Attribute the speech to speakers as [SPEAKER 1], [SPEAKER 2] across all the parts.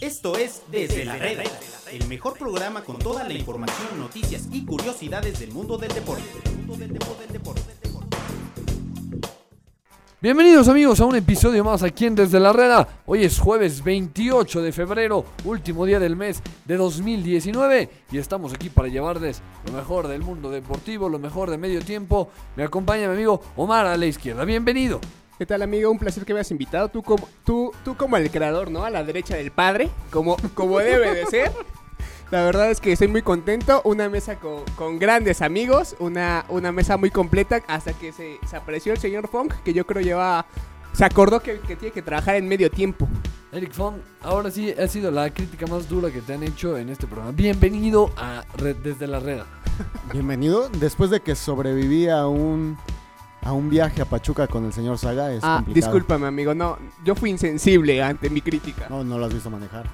[SPEAKER 1] Esto es Desde la Reda, el mejor programa con toda la información, noticias y curiosidades del mundo del deporte.
[SPEAKER 2] Bienvenidos amigos a un episodio más aquí en Desde la Reda. Hoy es jueves 28 de febrero, último día del mes de 2019 y estamos aquí para llevarles lo mejor del mundo deportivo, lo mejor de medio tiempo. Me acompaña mi amigo Omar a la izquierda. Bienvenido.
[SPEAKER 3] ¿Qué tal, amigo? Un placer que me hayas invitado. Tú como, tú, tú como el creador, ¿no? A la derecha del padre, como, como debe de ser. La verdad es que estoy muy contento. Una mesa con, con grandes amigos, una, una mesa muy completa hasta que se, se apareció el señor Funk, que yo creo lleva... Se acordó que, que tiene que trabajar en medio tiempo.
[SPEAKER 2] Eric Fong, ahora sí ha sido la crítica más dura que te han hecho en este programa. Bienvenido a Re- Desde la Reda.
[SPEAKER 4] Bienvenido. Después de que sobreviví a un, a un viaje a Pachuca con el señor Saga, es
[SPEAKER 3] ah,
[SPEAKER 4] complicado.
[SPEAKER 3] discúlpame, amigo. No, yo fui insensible ante mi crítica.
[SPEAKER 4] No, no lo has visto manejar.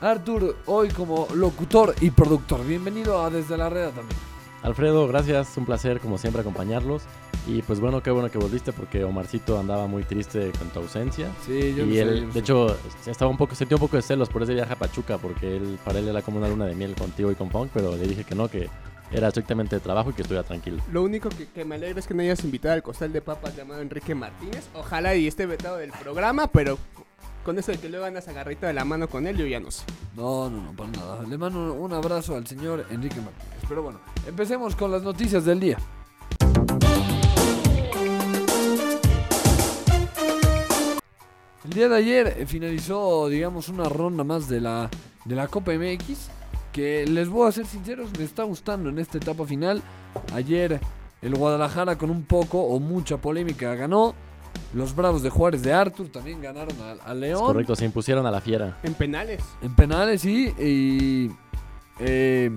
[SPEAKER 2] Arthur, hoy como locutor y productor. Bienvenido a Desde la Reda también.
[SPEAKER 5] Alfredo, gracias, un placer como siempre acompañarlos. Y pues bueno, qué bueno que volviste porque Omarcito andaba muy triste con tu ausencia.
[SPEAKER 2] Sí,
[SPEAKER 5] y él, de hecho, estaba un poco, sentía un poco de celos por ese viaje a Pachuca porque él, para él era como una luna de miel contigo y con Funk, pero le dije que no, que era estrictamente de trabajo y que estuviera tranquilo.
[SPEAKER 3] Lo único que, que me alegra es que no hayas invitado al costal de papas llamado Enrique Martínez. Ojalá y esté vetado del programa, pero con eso de que luego andas agarrito de la mano con él, yo ya no sé.
[SPEAKER 2] No, no, no, para nada. Le mando un abrazo al señor Enrique Martínez. Pero bueno, empecemos con las noticias del día. El día de ayer eh, finalizó, digamos, una ronda más de la, de la Copa MX. Que les voy a ser sinceros, me está gustando en esta etapa final. Ayer el Guadalajara con un poco o mucha polémica ganó. Los Bravos de Juárez de Arthur también ganaron al, al
[SPEAKER 5] Es
[SPEAKER 2] León.
[SPEAKER 5] correcto, se impusieron a la fiera.
[SPEAKER 3] En penales.
[SPEAKER 2] En penales, sí. Y. eh,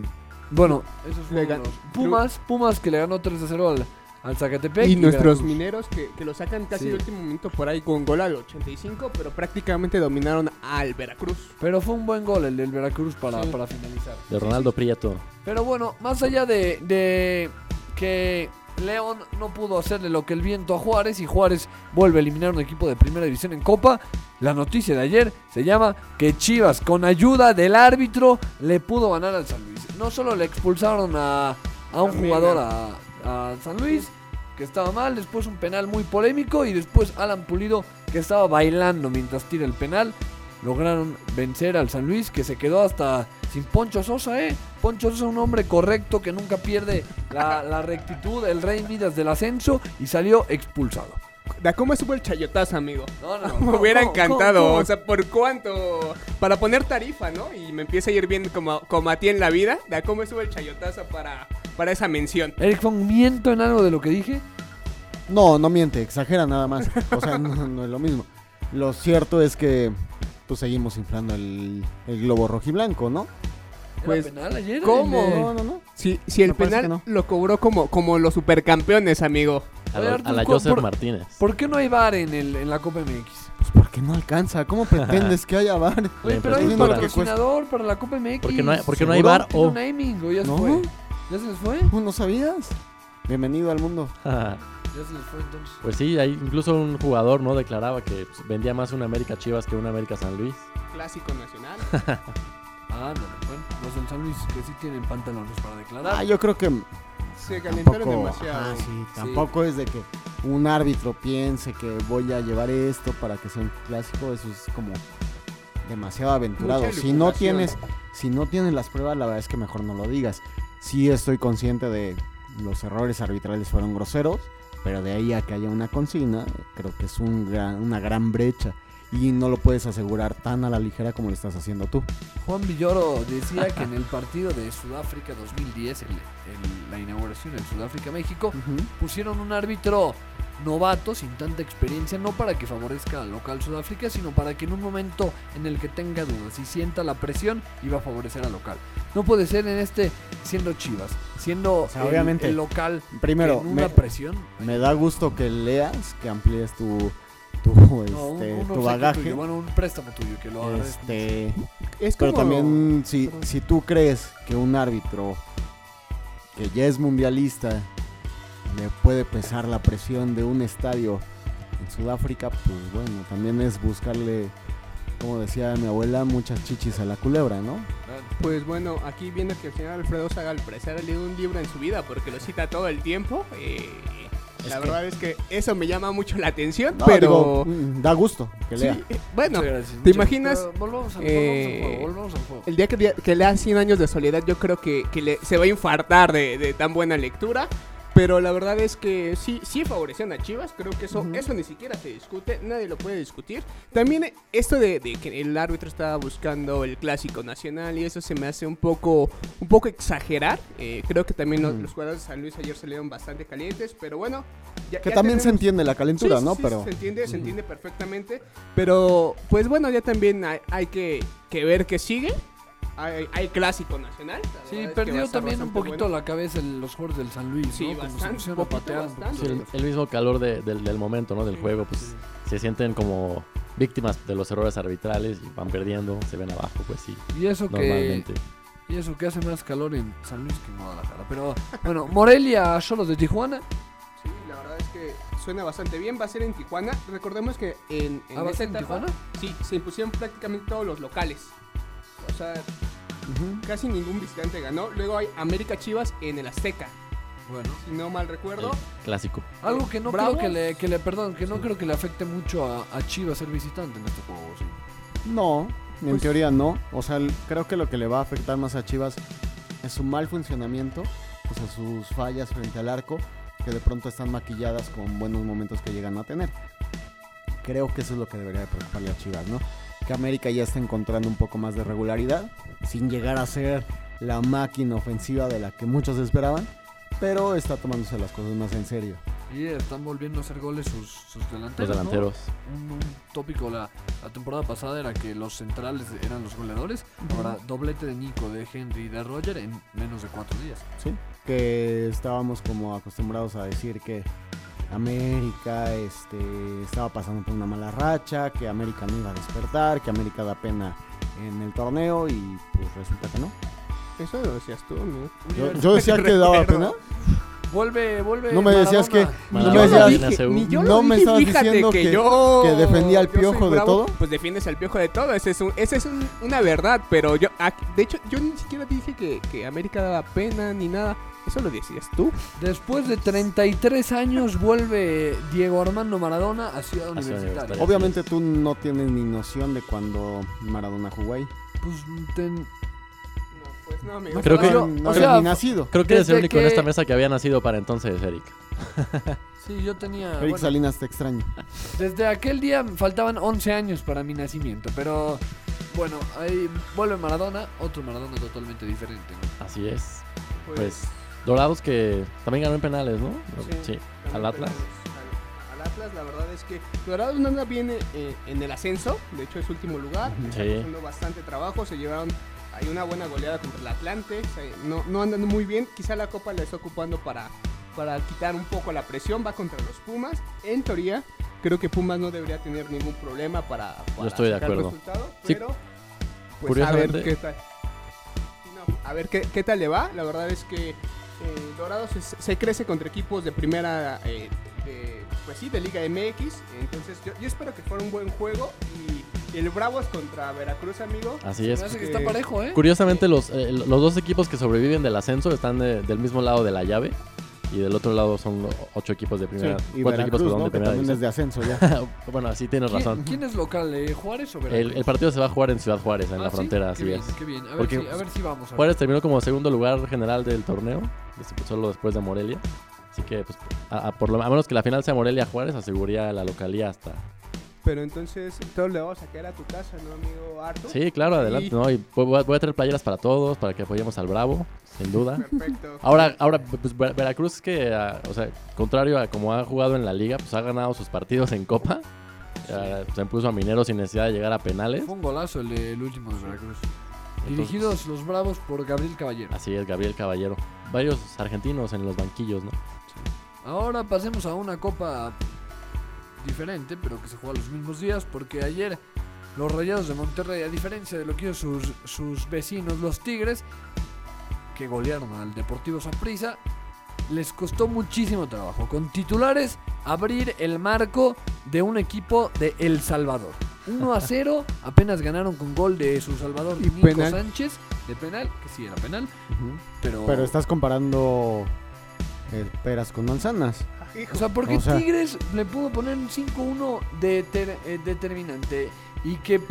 [SPEAKER 2] bueno, esos
[SPEAKER 3] Le
[SPEAKER 2] fueron
[SPEAKER 3] gan-
[SPEAKER 2] los Pumas, Pumas que le ganó 3 a 0 al, al Zacatepec.
[SPEAKER 3] Y nuestros
[SPEAKER 2] Veracruz.
[SPEAKER 3] mineros que, que lo sacan casi
[SPEAKER 2] Sí.
[SPEAKER 3] de último momento por ahí con gol al 85, pero prácticamente dominaron al Veracruz.
[SPEAKER 2] Pero fue un buen gol el del Veracruz para,
[SPEAKER 3] Sí.
[SPEAKER 2] para finalizar.
[SPEAKER 5] De Ronaldo Prieto.
[SPEAKER 2] Pero bueno, más allá de, de que León no pudo hacerle lo que el viento a Juárez y Juárez vuelve a eliminar un equipo de primera división en Copa, la noticia de ayer se llama que Chivas, con ayuda del árbitro, le pudo ganar al San Luis. No solo le expulsaron a, a un
[SPEAKER 3] También,
[SPEAKER 2] jugador a, a San Luis, que estaba mal, después un penal muy polémico y después Alan Pulido, que estaba bailando mientras tira el penal. Lograron vencer al San Luis, que se quedó hasta sin Poncho Sosa, ¿eh? Poncho Sosa, un hombre correcto que nunca pierde la, la rectitud, el rey Midas del ascenso, y salió expulsado.
[SPEAKER 3] Da cómo estuvo el chayotazo, amigo.
[SPEAKER 2] No, no,
[SPEAKER 3] Me hubiera
[SPEAKER 2] ¿cómo,
[SPEAKER 3] encantado,
[SPEAKER 2] cómo,
[SPEAKER 3] o sea, ¿por cuánto? Para poner tarifa, ¿no? Y me empieza a ir bien como, como a ti en la vida. Da cómo estuvo el chayotazo para, para esa mención.
[SPEAKER 2] Eric Fong, ¿miento en algo de lo que dije?
[SPEAKER 4] No, no miente, exagera nada más. O sea, no, no es lo mismo. Lo cierto es que pues seguimos inflando el, el globo rojiblanco, ¿no?
[SPEAKER 2] ¿Era
[SPEAKER 3] Pues,
[SPEAKER 2] penal ayer?
[SPEAKER 3] ¿cómo?
[SPEAKER 2] El, eh,
[SPEAKER 4] No, no, no.
[SPEAKER 3] Si, si el
[SPEAKER 4] Me parece
[SPEAKER 3] penal
[SPEAKER 4] que
[SPEAKER 3] lo cobró como, como los supercampeones, amigo.
[SPEAKER 5] A,
[SPEAKER 2] Oye,
[SPEAKER 5] la-
[SPEAKER 2] Arthur,
[SPEAKER 5] a la
[SPEAKER 2] ¿cu-
[SPEAKER 5] Joseph
[SPEAKER 2] por-
[SPEAKER 5] Martínez.
[SPEAKER 2] ¿Por qué no hay VAR en, el, en la Copa MX?
[SPEAKER 5] Eh,
[SPEAKER 4] Pues porque no alcanza. ¿Cómo pretendes que haya bar?
[SPEAKER 2] Oye,
[SPEAKER 5] La
[SPEAKER 2] pero hay un
[SPEAKER 4] infraestructura.
[SPEAKER 2] patrocinador para la Copa MX.
[SPEAKER 5] ¿Por qué no hay, por qué no hay
[SPEAKER 4] ¿Seguro?
[SPEAKER 5] bar
[SPEAKER 2] Tiene
[SPEAKER 5] o...?
[SPEAKER 2] un naming, o ya se
[SPEAKER 4] No.
[SPEAKER 2] fue. ¿Ya se les fue?
[SPEAKER 4] ¿Tú ¿No sabías? Bienvenido al mundo.
[SPEAKER 2] Ya se les fue entonces.
[SPEAKER 5] Pues sí, hay incluso un jugador no declaraba que pues, vendía más una América Chivas que una América San Luis.
[SPEAKER 3] Clásico nacional.
[SPEAKER 2] Ah, no, bueno, los del San Luis que sí tienen pantalones para declarar.
[SPEAKER 4] Ah, yo creo que
[SPEAKER 3] Se calentaron
[SPEAKER 4] tampoco,
[SPEAKER 3] demasiado.
[SPEAKER 4] ajá, sí, tampoco es de que un árbitro piense que voy a llevar esto para que sea un clásico, eso es como demasiado aventurado.
[SPEAKER 3] Mucha
[SPEAKER 4] Si no
[SPEAKER 3] lucubración.
[SPEAKER 4] tienes, si no tienes las pruebas, la verdad es que mejor no lo digas. Sí estoy consciente de los errores arbitrales fueron groseros, pero de ahí a que haya una consigna, creo que es un gran- una gran brecha. Y no lo puedes asegurar tan a la ligera como lo estás haciendo tú.
[SPEAKER 2] Juan Villoro decía que en el partido de Sudáfrica 2010, el- el- la inauguración en Sudáfrica-México, pusieron un árbitro novato, sin tanta experiencia, no para que favorezca al local Sudáfrica, sino para que en un momento en el que tenga dudas y sienta la presión, iba a favorecer al local. No puede ser en este siendo Chivas, siendo
[SPEAKER 4] sea,
[SPEAKER 2] el-
[SPEAKER 4] obviamente,
[SPEAKER 2] el local
[SPEAKER 4] Primero,
[SPEAKER 2] en una
[SPEAKER 4] me-
[SPEAKER 2] presión.
[SPEAKER 4] Me da gusto que leas, que amplíes tu, tu,
[SPEAKER 2] No, un-
[SPEAKER 4] este,
[SPEAKER 2] un
[SPEAKER 4] tu
[SPEAKER 2] obsequio
[SPEAKER 4] bagaje.
[SPEAKER 2] tuyo, bueno, un préstamo tuyo que lo agarres.
[SPEAKER 4] Este,
[SPEAKER 3] Es
[SPEAKER 4] pero
[SPEAKER 3] como...
[SPEAKER 4] también si,
[SPEAKER 3] perdón.
[SPEAKER 4] si tú crees que un árbitro que ya es mundialista le puede pesar la presión de un estadio en Sudáfrica, pues bueno, también es buscarle como decía mi abuela, muchas chichis a la culebra, ¿no?
[SPEAKER 3] Pues bueno, aquí viene que el señor Alfredo Saga al parecer ha leído un libro en su vida porque lo cita todo el tiempo. eh, la verdad es que eso me llama mucho la atención,
[SPEAKER 4] No, digo,
[SPEAKER 3] pero...
[SPEAKER 4] mm, da gusto que
[SPEAKER 3] sí,
[SPEAKER 4] lea.
[SPEAKER 3] eh, bueno,
[SPEAKER 2] Muchas gracias,
[SPEAKER 3] ¿te
[SPEAKER 2] muchas
[SPEAKER 3] imaginas?
[SPEAKER 2] gracias. Pero Volvamos al,
[SPEAKER 3] eh,
[SPEAKER 2] volvamos al juego, volvamos al juego.
[SPEAKER 3] El día que, lea- que lea 100 años de soledad, yo creo que, que le- se va a infartar de, de tan buena lectura. Pero la verdad es que sí, sí favorecen a Chivas. Creo que eso, eso ni siquiera se discute, nadie lo puede discutir. También eh, esto de, de que el árbitro estaba buscando el clásico nacional y eso se me hace un poco, un poco exagerar. Eh, creo que también los,
[SPEAKER 4] Ujú.
[SPEAKER 3] los jugadores de San Luis ayer salieron bastante calientes, pero bueno. ya-
[SPEAKER 4] Que
[SPEAKER 3] ya
[SPEAKER 4] también se
[SPEAKER 3] tenemos-
[SPEAKER 4] entiende la calentura,
[SPEAKER 3] Sí, sí,
[SPEAKER 4] ¿no?
[SPEAKER 3] sí,
[SPEAKER 4] pero
[SPEAKER 3] Se entiende, se entiende perfectamente. Pero, pues bueno, ya también hay, hay que, que ver qué sigue. Hay, hay clásico nacional. la verdad
[SPEAKER 2] Sí,
[SPEAKER 3] es que va a
[SPEAKER 2] perdió
[SPEAKER 3] estar
[SPEAKER 2] también un
[SPEAKER 3] bastante
[SPEAKER 2] poquito
[SPEAKER 3] bueno.
[SPEAKER 2] la cabeza el- los jugadores del San Luis,
[SPEAKER 3] Sí,
[SPEAKER 2] ¿no? Como se
[SPEAKER 3] bastante,
[SPEAKER 2] pusieron a
[SPEAKER 3] poquito,
[SPEAKER 2] patear un
[SPEAKER 3] bastante.
[SPEAKER 5] Sí, el,
[SPEAKER 2] poquito.
[SPEAKER 5] el mismo calor de- del, del momento, ¿no? Del juego, pues se sienten como víctimas de los errores arbitrales y van perdiendo, se ven abajo, pues sí,
[SPEAKER 2] Y eso que
[SPEAKER 5] normalmente.
[SPEAKER 2] y eso que hace más calor en San Luis que en Guadalajara. Pero bueno, Morelia, Cholos de Tijuana.
[SPEAKER 3] Sí, la verdad es que suena bastante bien. Va a ser en Tijuana. Recordemos que en, en
[SPEAKER 2] Ah, ¿va a
[SPEAKER 3] esa
[SPEAKER 2] ser en
[SPEAKER 3] etapa,
[SPEAKER 2] Tijuana?
[SPEAKER 3] Sí, se impusieron prácticamente todos los locales. O sea, casi ningún visitante ganó. Luego hay América Chivas en el Azteca.
[SPEAKER 2] Bueno,
[SPEAKER 3] Si no mal recuerdo.
[SPEAKER 5] El clásico.
[SPEAKER 2] algo que no
[SPEAKER 3] Bravos.
[SPEAKER 2] creo que le, que le perdón, que no creo que le afecte mucho a, a Chivas ser visitante en este juego. sí.
[SPEAKER 4] no, en
[SPEAKER 3] Pues-
[SPEAKER 4] teoría no. O sea, el- creo que lo que le va a afectar más a Chivas es su mal funcionamiento, o sea, sus fallas frente al arco, que de pronto están maquilladas con buenos momentos que llegan a tener. Creo que eso es lo que debería de preocuparle a Chivas, ¿no? Que América ya está encontrando un poco más de regularidad, sin llegar a ser la máquina ofensiva de la que muchos esperaban, pero está tomándose las cosas más en serio.
[SPEAKER 2] Y están volviendo a hacer goles sus, sus
[SPEAKER 5] Los
[SPEAKER 2] delanteros. ¿no?
[SPEAKER 5] delanteros.
[SPEAKER 2] Un, un tópico la, la temporada pasada era que los centrales eran los goleadores. Ahora doblete de Nico, de Henry y de Roger en menos de cuatro días.
[SPEAKER 4] Sí, que estábamos como acostumbrados a decir que América este, estaba pasando por una mala racha, que América no iba a despertar, que América da pena en el torneo y pues resulta que no.
[SPEAKER 3] Eso lo decías tú, ¿no?
[SPEAKER 4] Yo, yo decía que daba pena.
[SPEAKER 2] Vuelve, vuelve.
[SPEAKER 4] No me decías
[SPEAKER 2] Maradona.
[SPEAKER 4] que-
[SPEAKER 3] Ni
[SPEAKER 4] No
[SPEAKER 3] yo
[SPEAKER 4] me
[SPEAKER 3] lo
[SPEAKER 4] decías-
[SPEAKER 3] dije, ni yo lo
[SPEAKER 4] no me
[SPEAKER 3] dije,
[SPEAKER 4] estabas
[SPEAKER 3] fíjate
[SPEAKER 4] diciendo que-
[SPEAKER 3] yo,
[SPEAKER 4] que defendía al
[SPEAKER 3] yo soy
[SPEAKER 4] piojo de
[SPEAKER 3] bravo.
[SPEAKER 4] todo.
[SPEAKER 3] Pues defiendes al piojo de todo, esa es, un- esa es un- una verdad, pero yo, ah, de hecho, yo ni siquiera dije que, que América daba pena ni nada, eso lo decías tú.
[SPEAKER 2] Después de 33 años vuelve Diego Armando Maradona a Ciudad
[SPEAKER 5] A Ciudad
[SPEAKER 2] Universitaria.
[SPEAKER 5] Universitaria.
[SPEAKER 4] Obviamente tú no tienes ni noción de cuando Maradona jugó ahí.
[SPEAKER 2] Pues, ten-
[SPEAKER 3] No, pues no, amigo.
[SPEAKER 2] No,
[SPEAKER 5] Creo que-
[SPEAKER 4] No,
[SPEAKER 2] yo-
[SPEAKER 4] no
[SPEAKER 2] o
[SPEAKER 4] había
[SPEAKER 2] sea,
[SPEAKER 4] ni nacido.
[SPEAKER 5] Creo que eres el
[SPEAKER 2] Desde
[SPEAKER 5] único en
[SPEAKER 2] que-
[SPEAKER 5] esta mesa que había nacido para entonces, Eric.
[SPEAKER 2] sí, yo tenía...
[SPEAKER 4] Eric
[SPEAKER 2] Ah, bueno,
[SPEAKER 4] Salinas te extraño.
[SPEAKER 2] desde aquel día faltaban 11 años para mi nacimiento, pero bueno, ahí vuelve Maradona, otro Maradona totalmente diferente. ¿no?
[SPEAKER 5] Así es. Pues Dorados que también ganó en penales, ¿no?
[SPEAKER 3] Sí.
[SPEAKER 5] Sí. al Atlas.
[SPEAKER 3] Al, al Atlas, la verdad es que Dorados no anda bien eh, en el ascenso, de hecho es último lugar,
[SPEAKER 5] Ujú.
[SPEAKER 3] está
[SPEAKER 5] Sí.
[SPEAKER 3] costando bastante trabajo, se llevaron hay una buena goleada contra el Atlante, o sea, no, no andan muy bien, quizá la Copa la está ocupando para, para quitar un poco la presión, va contra los Pumas, en teoría creo que Pumas no debería tener ningún problema para, para
[SPEAKER 5] estoy de
[SPEAKER 3] sacar
[SPEAKER 5] acuerdo.
[SPEAKER 3] resultado,
[SPEAKER 5] Sí.
[SPEAKER 3] pero pues a ver
[SPEAKER 5] Curiosamente-
[SPEAKER 3] qué tal. Sí, no, a ver qué, qué tal le va, la verdad es que eh, Dorados se, se crece contra equipos de primera, eh, de- pues sí, de Liga MX, entonces yo, yo espero que fuera un buen juego y el Bravos contra Veracruz, amigo.
[SPEAKER 5] Así
[SPEAKER 2] Me
[SPEAKER 5] es.
[SPEAKER 2] parece que está parejo, ¿eh?
[SPEAKER 5] Curiosamente, los, eh, los dos equipos que sobreviven del ascenso están de- del mismo lado de la llave y del otro lado son ocho equipos de primera.
[SPEAKER 4] Sí, y
[SPEAKER 5] cuatro
[SPEAKER 4] Veracruz,
[SPEAKER 5] equipos perdón,
[SPEAKER 4] ¿no?
[SPEAKER 5] de
[SPEAKER 4] Que
[SPEAKER 5] primera.
[SPEAKER 4] también es
[SPEAKER 5] división.
[SPEAKER 4] de ascenso ya.
[SPEAKER 5] bueno, así tienes
[SPEAKER 2] ¿Quién,
[SPEAKER 5] razón.
[SPEAKER 2] quién es local? eh, ¿Juárez o Veracruz?
[SPEAKER 5] El, el partido se va a jugar en Ciudad Juárez, en
[SPEAKER 2] ¿Ah,
[SPEAKER 5] la
[SPEAKER 2] sí?
[SPEAKER 5] frontera,
[SPEAKER 2] Qué
[SPEAKER 5] así
[SPEAKER 2] bien,
[SPEAKER 5] es.
[SPEAKER 2] Qué bien, a ver,
[SPEAKER 5] Porque-
[SPEAKER 2] si, a ver si vamos. a ver.
[SPEAKER 5] Juárez terminó como segundo lugar general del torneo, des- solo después de Morelia. Así que, pues, a, a por lo, a menos que la final sea Morelia-Juárez, aseguraría la localía hasta...
[SPEAKER 3] Pero entonces todos le vamos a quedar a tu casa, ¿no, amigo Arthur?
[SPEAKER 5] Sí, claro, adelante,
[SPEAKER 3] Sí.
[SPEAKER 5] ¿no? Y voy- voy a, voy a traer playeras para todos, para que apoyemos al Bravo, sin duda.
[SPEAKER 3] Perfecto.
[SPEAKER 5] Ahora, ahora pues, Ver- Veracruz que, ah, o sea, contrario a como ha jugado en la liga, pues ha ganado sus partidos en Copa. Ya, Se impuso a Mineros sin necesidad de llegar a penales.
[SPEAKER 2] Fue un golazo el, el último de Veracruz. Dirigidos los Bravos por Gabriel Caballero.
[SPEAKER 5] Así es, Gabriel Caballero. Varios argentinos en los banquillos, ¿no?
[SPEAKER 2] Ahora pasemos a una copa diferente, pero que se juega los mismos días, porque ayer los Rayados de Monterrey, a diferencia de lo que hizo sus, sus vecinos, los Tigres, que golearon al Deportivo Saprissa, les costó muchísimo trabajo. Con titulares, abrir el marco de un equipo de El Salvador. 1 a 0. Apenas ganaron con gol de su Salvador
[SPEAKER 3] Y
[SPEAKER 2] Nico
[SPEAKER 3] penal.
[SPEAKER 2] Sánchez. De penal, que sí era penal.
[SPEAKER 4] Ujú.
[SPEAKER 2] Pero.
[SPEAKER 4] Pero estás comparando eh, peras con manzanas.
[SPEAKER 2] O sea, porque
[SPEAKER 4] O sea-
[SPEAKER 2] Tigres le pudo poner un 5-1 deter- eh, determinante y que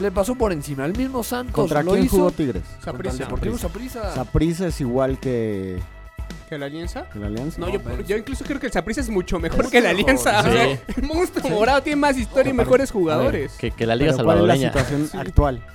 [SPEAKER 2] le pasó por encima. El mismo Santos
[SPEAKER 4] ¿Contra
[SPEAKER 2] Pues lo
[SPEAKER 4] quién
[SPEAKER 2] hizo. Ah.
[SPEAKER 4] jugó Tigres?
[SPEAKER 2] Contra el
[SPEAKER 3] Saprissa.
[SPEAKER 2] Deportivo Saprissa.
[SPEAKER 4] Saprissa es igual que,
[SPEAKER 3] ¿Que la alianza?
[SPEAKER 4] que la Alianza.
[SPEAKER 3] No,
[SPEAKER 2] No,
[SPEAKER 3] yo,
[SPEAKER 2] pero
[SPEAKER 3] yo incluso creo que el Saprissa es mucho mejor
[SPEAKER 2] Es
[SPEAKER 3] que la
[SPEAKER 2] mucho mejor,
[SPEAKER 3] alianza.
[SPEAKER 5] sí.
[SPEAKER 3] o sea, el monstruo morado tiene más historia y
[SPEAKER 4] Pero-
[SPEAKER 3] mejores
[SPEAKER 5] A ver,
[SPEAKER 3] jugadores.
[SPEAKER 5] que, que la Liga
[SPEAKER 4] Pero ¿Cuál es la
[SPEAKER 5] Salvadoreña.
[SPEAKER 4] situación
[SPEAKER 3] Sí.
[SPEAKER 4] actual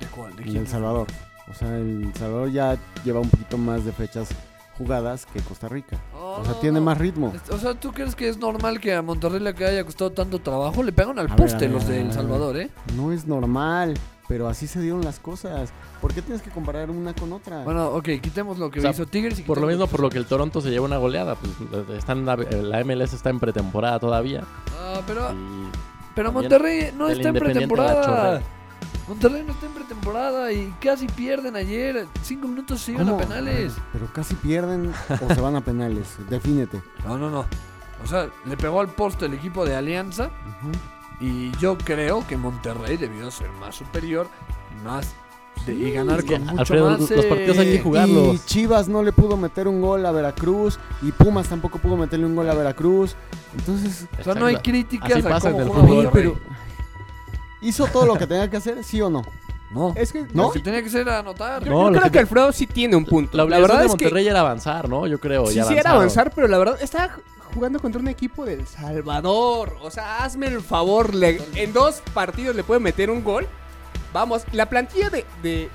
[SPEAKER 2] ¿De cuál? ¿De
[SPEAKER 4] en
[SPEAKER 2] quién?
[SPEAKER 4] El Salvador? O sea, El Salvador ya lleva un poquito más de fechas jugadas que Costa Rica.
[SPEAKER 2] Oh,
[SPEAKER 4] O sea,
[SPEAKER 2] no,
[SPEAKER 4] tiene
[SPEAKER 2] no.
[SPEAKER 4] más ritmo.
[SPEAKER 2] Es- O sea, ¿tú crees que es normal que a Monterrey le haya costado tanto trabajo? Le pegan al
[SPEAKER 4] A ver, a
[SPEAKER 2] poste
[SPEAKER 4] ver,
[SPEAKER 2] los
[SPEAKER 4] a
[SPEAKER 2] de
[SPEAKER 4] ver,
[SPEAKER 2] El
[SPEAKER 4] a ver.
[SPEAKER 2] Salvador, ¿eh?
[SPEAKER 4] No es normal, pero así se dieron las cosas. ¿Por qué tienes que comparar una con otra?
[SPEAKER 2] Bueno, ok, quitemos lo que
[SPEAKER 5] O sea,
[SPEAKER 2] hizo Tigres. y
[SPEAKER 5] Por lo
[SPEAKER 2] quitemos
[SPEAKER 5] mismo, por lo
[SPEAKER 2] hizo-
[SPEAKER 5] que el Toronto se lleva una goleada. Pues, están, la, la MLS está en pretemporada todavía.
[SPEAKER 2] Ah, pero,
[SPEAKER 5] Y
[SPEAKER 2] pero
[SPEAKER 5] también
[SPEAKER 2] Monterrey no
[SPEAKER 5] del
[SPEAKER 2] está en
[SPEAKER 5] Independiente la
[SPEAKER 2] pretemporada.
[SPEAKER 5] chorrea.
[SPEAKER 2] Monterrey no está en pretemporada y casi pierden ayer. Cinco minutos se iban a
[SPEAKER 4] ¿Cómo?
[SPEAKER 2] penales.
[SPEAKER 4] Ay, Pero casi pierden o se van a penales. Defínete.
[SPEAKER 2] No, no, no. O sea, le pegó al poste el equipo de Alianza
[SPEAKER 4] Ujú.
[SPEAKER 2] y yo creo que Monterrey debió ser más superior, más de- y ganar
[SPEAKER 5] es que,
[SPEAKER 2] con mucho
[SPEAKER 5] Alfredo,
[SPEAKER 2] más.
[SPEAKER 5] los- los partidos hay que
[SPEAKER 2] eh,
[SPEAKER 5] jugar. jugarlos.
[SPEAKER 4] Y Chivas no le pudo meter un gol a Veracruz. Y Pumas tampoco pudo meterle un gol a Veracruz. Entonces,
[SPEAKER 2] O sea, no hay
[SPEAKER 5] Exacto.
[SPEAKER 2] críticas
[SPEAKER 5] Así
[SPEAKER 2] a
[SPEAKER 5] pasa
[SPEAKER 2] cómo
[SPEAKER 5] en el
[SPEAKER 2] juega
[SPEAKER 5] fútbol.
[SPEAKER 2] Monterrey.
[SPEAKER 4] Oye, ¿hizo todo lo que tenía que hacer? ¿Sí o no?
[SPEAKER 2] No,
[SPEAKER 3] Es que
[SPEAKER 2] ¿No?
[SPEAKER 4] ¿No?
[SPEAKER 2] lo que tenía que ser anotar.
[SPEAKER 3] Yo,
[SPEAKER 5] No,
[SPEAKER 3] yo
[SPEAKER 5] lo
[SPEAKER 3] creo
[SPEAKER 5] que-
[SPEAKER 3] que, Alfredo sí tiene un punto.
[SPEAKER 5] La
[SPEAKER 3] La,
[SPEAKER 5] obligación
[SPEAKER 3] verdad
[SPEAKER 5] de
[SPEAKER 3] es que
[SPEAKER 5] Monterrey era avanzar, ¿no? Yo creo.
[SPEAKER 3] sí,
[SPEAKER 5] ya
[SPEAKER 3] sí era
[SPEAKER 5] avanzaron.
[SPEAKER 3] avanzar, pero la verdad estaba jugando contra un equipo del Salvador. O sea, hazme el favor. le- en dos partidos le puede meter un gol. Vamos, la plantilla de, de-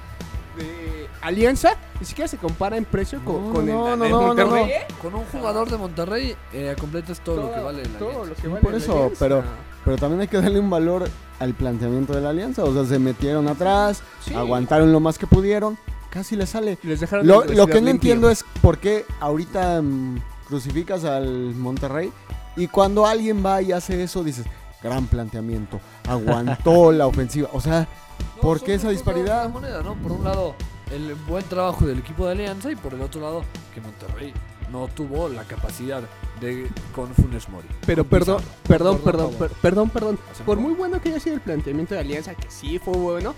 [SPEAKER 3] de Alianza ni siquiera se compara en precio con,
[SPEAKER 4] No,
[SPEAKER 3] con el
[SPEAKER 4] no,
[SPEAKER 3] de
[SPEAKER 4] no, no,
[SPEAKER 3] Monterrey.
[SPEAKER 4] no, no.
[SPEAKER 3] ¿eh?
[SPEAKER 2] Con un jugador de Monterrey eh, completas todo, lo que vale la
[SPEAKER 3] todo
[SPEAKER 2] Alianza.
[SPEAKER 3] lo que
[SPEAKER 4] Sí,
[SPEAKER 3] vale
[SPEAKER 4] por
[SPEAKER 3] la
[SPEAKER 4] eso,
[SPEAKER 3] Alianza.
[SPEAKER 4] pero- Pero también hay que darle un valor al planteamiento de la alianza. O sea, se metieron atrás,
[SPEAKER 3] Sí.
[SPEAKER 4] aguantaron lo más que pudieron. Casi le sale.
[SPEAKER 3] Les dejaron
[SPEAKER 4] Lo,
[SPEAKER 3] la
[SPEAKER 4] lo que
[SPEAKER 3] universidad
[SPEAKER 4] no
[SPEAKER 3] limpia.
[SPEAKER 4] entiendo es por qué ahorita mm, crucificas al Monterrey y cuando alguien va y hace eso dices, gran planteamiento, aguantó la ofensiva. O sea,
[SPEAKER 2] No,
[SPEAKER 4] ¿por
[SPEAKER 2] son
[SPEAKER 4] qué
[SPEAKER 2] los
[SPEAKER 4] esa
[SPEAKER 2] dos
[SPEAKER 4] disparidad?
[SPEAKER 2] lados de la moneda, ¿no? Por un lado, el buen trabajo del equipo de Alianza y por el otro lado, que Monterrey no tuvo la capacidad de con Funes Mori.
[SPEAKER 3] Pero
[SPEAKER 2] Con Pizarro.
[SPEAKER 3] perdón, perdón,
[SPEAKER 2] Con
[SPEAKER 3] perdón,
[SPEAKER 2] Romo.
[SPEAKER 3] per- perdón, perdón.
[SPEAKER 2] Hacen
[SPEAKER 3] Por
[SPEAKER 2] gol.
[SPEAKER 3] muy bueno que haya sido el planteamiento de Alianza, que sí fue bueno,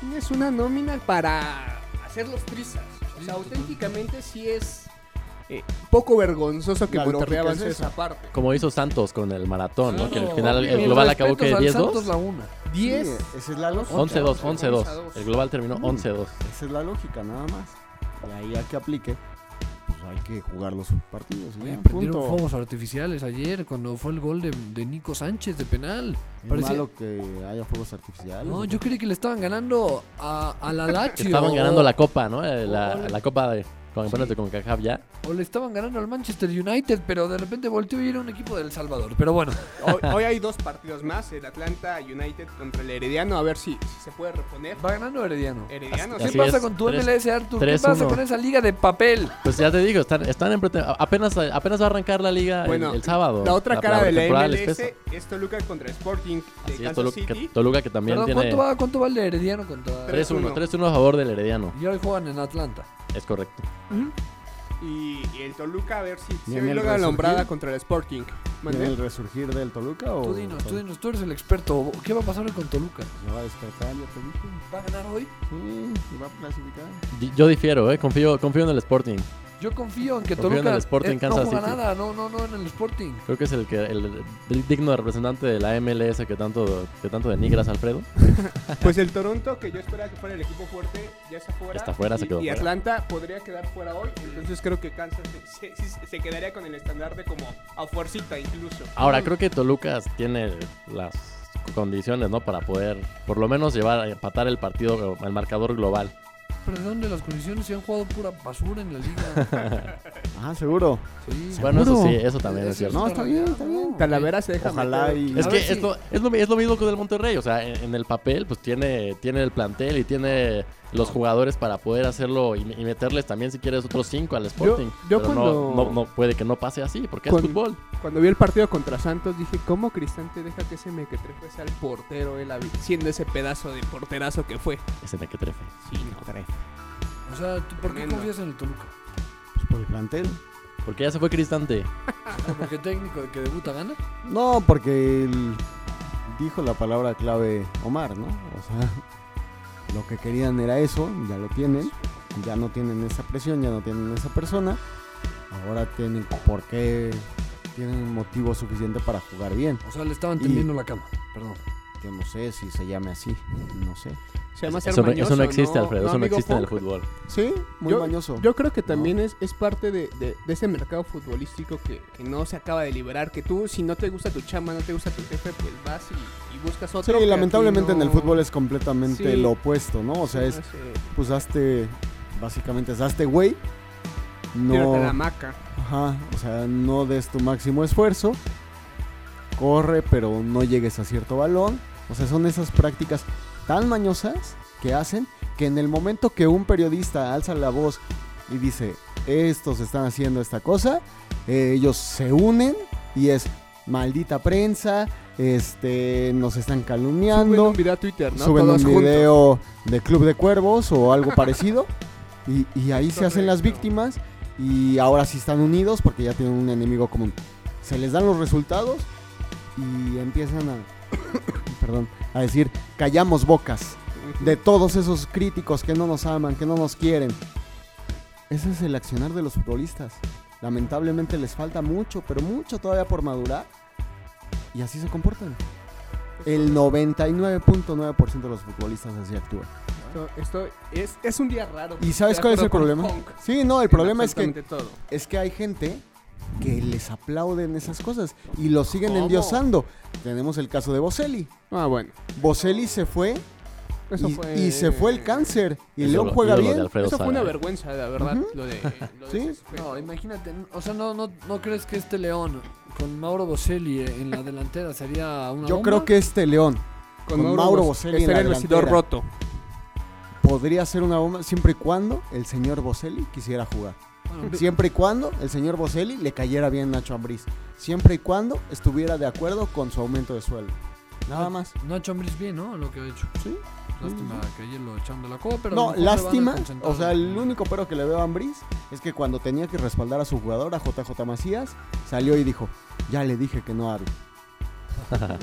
[SPEAKER 3] tienes una nómina para hacer los trizas. O sea, auténticamente sí es eh, poco vergonzoso que
[SPEAKER 4] La
[SPEAKER 3] Monterrey
[SPEAKER 4] lógica es
[SPEAKER 3] avance
[SPEAKER 4] eso.
[SPEAKER 3] esa parte.
[SPEAKER 5] Como hizo Santos con el maratón, ¿no? Que al
[SPEAKER 2] No,
[SPEAKER 5] final
[SPEAKER 2] y
[SPEAKER 5] el
[SPEAKER 2] mis
[SPEAKER 5] global acabó que
[SPEAKER 2] respetos al
[SPEAKER 5] 10-2.
[SPEAKER 2] Santos Laguna.
[SPEAKER 3] 10
[SPEAKER 4] sí, esa es la lógica.
[SPEAKER 5] 11-2, 11-2.
[SPEAKER 3] 11-2.
[SPEAKER 5] El global terminó
[SPEAKER 4] Mm.
[SPEAKER 5] 11-2.
[SPEAKER 4] Esa es la lógica, nada más. Y ahí a que aplique, pues hay que jugar los partidos. y
[SPEAKER 2] Oye,
[SPEAKER 4] ya,
[SPEAKER 2] prendieron
[SPEAKER 4] punto.
[SPEAKER 2] fuegos artificiales ayer cuando fue el gol de, de Nico Sánchez de penal.
[SPEAKER 4] Es
[SPEAKER 2] Parecía-
[SPEAKER 4] malo que haya fuegos artificiales.
[SPEAKER 2] No, yo creí que le estaban ganando a, a la
[SPEAKER 5] Que
[SPEAKER 2] Lazio.
[SPEAKER 5] estaban ganando la copa, ¿no? Eh,
[SPEAKER 2] Ole.
[SPEAKER 5] La, la copa de campeones de CONCACAF ya.
[SPEAKER 2] O le estaban ganando al Manchester United, pero de repente volteó y era un equipo del Salvador. Pero bueno,
[SPEAKER 3] Hoy, hoy hay dos partidos más, el Atlanta United contra el Herediano, a ver si, si se puede reponer.
[SPEAKER 2] va ganando Herediano.
[SPEAKER 3] Herediano,
[SPEAKER 5] Así
[SPEAKER 2] ¿Qué
[SPEAKER 3] sí.
[SPEAKER 2] pasa
[SPEAKER 5] es,
[SPEAKER 2] con tu
[SPEAKER 5] tres-
[SPEAKER 2] MLS, Artur? ¿Qué
[SPEAKER 5] tres,
[SPEAKER 2] pasa
[SPEAKER 5] uno.
[SPEAKER 2] con esa liga de papel?
[SPEAKER 5] Pues ya te digo, están, están en prete- apenas, apenas va a arrancar la liga el-
[SPEAKER 3] Bueno,
[SPEAKER 5] el, sábado.
[SPEAKER 3] La otra cara de la
[SPEAKER 5] pretemporada les
[SPEAKER 3] MLS
[SPEAKER 5] pesa.
[SPEAKER 3] es Toluca contra Sporting de
[SPEAKER 5] Así es,
[SPEAKER 3] Kansas
[SPEAKER 5] Tolu- que-
[SPEAKER 3] City.
[SPEAKER 5] Toluca que también
[SPEAKER 2] Perdón,
[SPEAKER 5] tiene
[SPEAKER 2] ¿cuánto, va, ¿Cuánto va el de Herediano contra.?
[SPEAKER 5] 3-1,
[SPEAKER 3] 3-1.
[SPEAKER 5] 3-1 a favor del Herediano.
[SPEAKER 2] Y hoy juegan en Atlanta.
[SPEAKER 5] Es correcto.
[SPEAKER 3] Y, y el Toluca a ver si se
[SPEAKER 4] Viene el
[SPEAKER 3] logra la
[SPEAKER 4] resurgir.
[SPEAKER 3] hombrada contra el Sporting.
[SPEAKER 4] ¿Viene
[SPEAKER 3] ¿Mande?
[SPEAKER 4] el resurgir del Toluca o.?
[SPEAKER 2] Tú dinos,
[SPEAKER 4] oh.
[SPEAKER 2] tú dinos, tú eres el experto. ¿Qué va a pasar hoy con Toluca?
[SPEAKER 4] Se va a despertar, ya te dije.
[SPEAKER 2] ¿Va a ganar hoy?
[SPEAKER 4] Sí, y va a clasificar.
[SPEAKER 5] Di- Yo difiero, ¿eh? Confío, confío en el Sporting.
[SPEAKER 2] Yo confío en que
[SPEAKER 5] Confío en
[SPEAKER 2] Toluca
[SPEAKER 5] el Sporting
[SPEAKER 2] eh, no
[SPEAKER 5] Kansas
[SPEAKER 2] juega
[SPEAKER 5] City.
[SPEAKER 2] nada, no, no, no en el Sporting.
[SPEAKER 5] Creo que es el, que, el, el digno representante de la MLS que tanto, que tanto denigras, Alfredo.
[SPEAKER 3] Pues el Toronto, que yo esperaba que fuera el equipo fuerte, ya está fuera.
[SPEAKER 5] Está fuera,
[SPEAKER 3] y,
[SPEAKER 5] se quedó
[SPEAKER 3] Y
[SPEAKER 5] fuera.
[SPEAKER 3] Atlanta podría quedar fuera hoy. Entonces creo que Kansas se, se- se- se quedaría con el estandarte como a fuercita incluso.
[SPEAKER 5] Ahora, creo que Toluca tiene las condiciones, ¿no? Para poder, por lo menos, llevar a empatar el partido, el marcador global.
[SPEAKER 2] Pero ¿de dónde las condiciones se han jugado pura basura en la liga?
[SPEAKER 4] Ah, seguro.
[SPEAKER 2] Sí.
[SPEAKER 5] Bueno, eso sí,
[SPEAKER 4] ¿Seguro?
[SPEAKER 5] eso también
[SPEAKER 2] Eso
[SPEAKER 5] es
[SPEAKER 2] es
[SPEAKER 5] cierto.
[SPEAKER 4] No, está bien, está bien.
[SPEAKER 2] No.
[SPEAKER 3] Talavera se deja
[SPEAKER 4] Ojalá
[SPEAKER 3] meter.
[SPEAKER 4] y.
[SPEAKER 5] Es
[SPEAKER 2] A
[SPEAKER 5] que
[SPEAKER 2] ver si-
[SPEAKER 5] es, lo, es, lo, es lo mismo que del Monterrey, o sea, en, en el papel, pues tiene, tiene el plantel y tiene los jugadores para poder hacerlo y, y meterles también, si quieres, otros cinco al Sporting.
[SPEAKER 3] yo
[SPEAKER 5] Pero no-
[SPEAKER 3] cuando-
[SPEAKER 5] no, no, puede que no pase así, porque
[SPEAKER 3] Cuando-
[SPEAKER 5] es fútbol.
[SPEAKER 3] Cuando vi el partido contra Santos dije, ¿cómo Cristante deja que ese mequetrefe sea el portero él habi- siendo ese pedazo de porterazo que fue?
[SPEAKER 5] Ese me que trefe.
[SPEAKER 3] Sí, no.
[SPEAKER 2] O sea, ¿tú ¿por qué
[SPEAKER 3] Tremendo.
[SPEAKER 2] confías en el Toluca?
[SPEAKER 4] Pues por el plantel.
[SPEAKER 5] Porque ya se fue Cristante.
[SPEAKER 2] ¿Porque técnico de que debuta gana?
[SPEAKER 4] No, porque el- dijo la palabra clave Omar, ¿no? O sea, lo que querían era eso, ya lo tienen, ya no tienen esa presión, ya no tienen esa persona, ahora tienen por qué, tienen un motivo suficiente para jugar bien,
[SPEAKER 2] O sea, le estaban
[SPEAKER 4] Y-
[SPEAKER 2] tendiendo la cama. Perdón.
[SPEAKER 4] que no sé si se llame así, no sé.
[SPEAKER 3] Se llama ser
[SPEAKER 5] Eso, no- eso
[SPEAKER 3] mañoso,
[SPEAKER 5] no existe, Alfredo. eso no
[SPEAKER 3] amigo
[SPEAKER 5] existe en el
[SPEAKER 3] Funk?
[SPEAKER 5] fútbol.
[SPEAKER 4] Sí, muy
[SPEAKER 3] Yo-
[SPEAKER 4] mañoso.
[SPEAKER 3] Yo creo que también es, es parte de, de- de ese mercado futbolístico que, que no se acaba de liberar. Que tú, si no te gusta tu chamba, no te gusta tu jefe, pues vas y, y buscas
[SPEAKER 4] Sí,
[SPEAKER 3] otro. que
[SPEAKER 4] lamentablemente
[SPEAKER 3] aquí
[SPEAKER 4] en el
[SPEAKER 3] no-
[SPEAKER 4] fútbol es completamente
[SPEAKER 3] Sí.
[SPEAKER 4] lo opuesto, ¿no? O sea, es,
[SPEAKER 3] no sé,
[SPEAKER 4] pues, hazte, básicamente es hazte güey.
[SPEAKER 3] tírate a
[SPEAKER 4] No,
[SPEAKER 3] la maca.
[SPEAKER 4] Ajá, o sea, no des tu máximo esfuerzo. Corre, pero no llegues a cierto balón. O sea, son esas prácticas tan mañosas que hacen que en el momento que un periodista alza la voz y dice, estos están haciendo esta cosa, eh, ellos se unen y es maldita prensa, este, nos están
[SPEAKER 3] Suben
[SPEAKER 4] calumniando
[SPEAKER 3] un video a Twitter, ¿no?
[SPEAKER 4] suben
[SPEAKER 3] Todos
[SPEAKER 4] un
[SPEAKER 3] juntos.
[SPEAKER 4] video de Club de Cuervos o algo parecido. Y, y ahí se hacen las
[SPEAKER 3] Correcto.
[SPEAKER 4] víctimas. Y ahora sí están unidos porque ya tienen un enemigo común. Se les dan los resultados y empiezan a. perdón, a decir: callamos bocas de todos esos críticos que no nos aman, que no nos quieren. Ese es el accionar de los futbolistas. Lamentablemente les falta mucho, pero mucho todavía por madurar. Y así se comportan. El 99.9% de los futbolistas así actúan.
[SPEAKER 3] Esto, esto es, es un día raro.
[SPEAKER 4] ¿Y sabes cuál es el problema? Sí, no, el problema es que,
[SPEAKER 3] Todo.
[SPEAKER 4] es que hay gente que les aplauden esas cosas y lo siguen
[SPEAKER 3] ¿Cómo?
[SPEAKER 4] endiosando. Tenemos el caso de Boselli.
[SPEAKER 3] Ah, bueno.
[SPEAKER 4] Boselli se fue
[SPEAKER 3] Eso
[SPEAKER 4] y,
[SPEAKER 3] fue...
[SPEAKER 4] y se fue el cáncer. Y
[SPEAKER 5] Eso
[SPEAKER 4] León
[SPEAKER 5] lo-
[SPEAKER 4] juega
[SPEAKER 5] yo lo de
[SPEAKER 4] bien.
[SPEAKER 5] Alfredo
[SPEAKER 3] Eso fue
[SPEAKER 5] Sala,
[SPEAKER 3] una
[SPEAKER 5] ¿eh?
[SPEAKER 3] vergüenza, la verdad. Lo de. Lo de
[SPEAKER 4] Sí.
[SPEAKER 3] ese aspecto.
[SPEAKER 2] No, imagínate. O sea, no, no, no crees que este León con Mauro Boselli en la delantera sería una
[SPEAKER 4] Yo
[SPEAKER 2] bomba?
[SPEAKER 4] creo que este León con Mauro
[SPEAKER 3] Bos-
[SPEAKER 4] Boselli en
[SPEAKER 3] estaría
[SPEAKER 4] la
[SPEAKER 3] el vestidor
[SPEAKER 4] delantera.
[SPEAKER 3] roto.
[SPEAKER 4] podría ser una bomba siempre y cuando el señor Boselli quisiera jugar.
[SPEAKER 2] Bueno,
[SPEAKER 4] Siempre y cuando el señor Boselli le cayera bien Nacho Ambriz. Siempre y cuando estuviera de acuerdo con su aumento de sueldo. Nada más.
[SPEAKER 2] Nacho Ambriz bien, ¿no? Lo que ha hecho.
[SPEAKER 4] Sí.
[SPEAKER 2] Lástima que ayer lo echaron de la copa, pero... a lo
[SPEAKER 4] No,
[SPEAKER 2] mejor le van a
[SPEAKER 4] lástima.
[SPEAKER 2] concentrar.
[SPEAKER 4] O sea, el único pero que le veo a Ambriz es que cuando tenía que respaldar a su jugador, a JJ Macías, salió y dijo, ya le dije que no hable.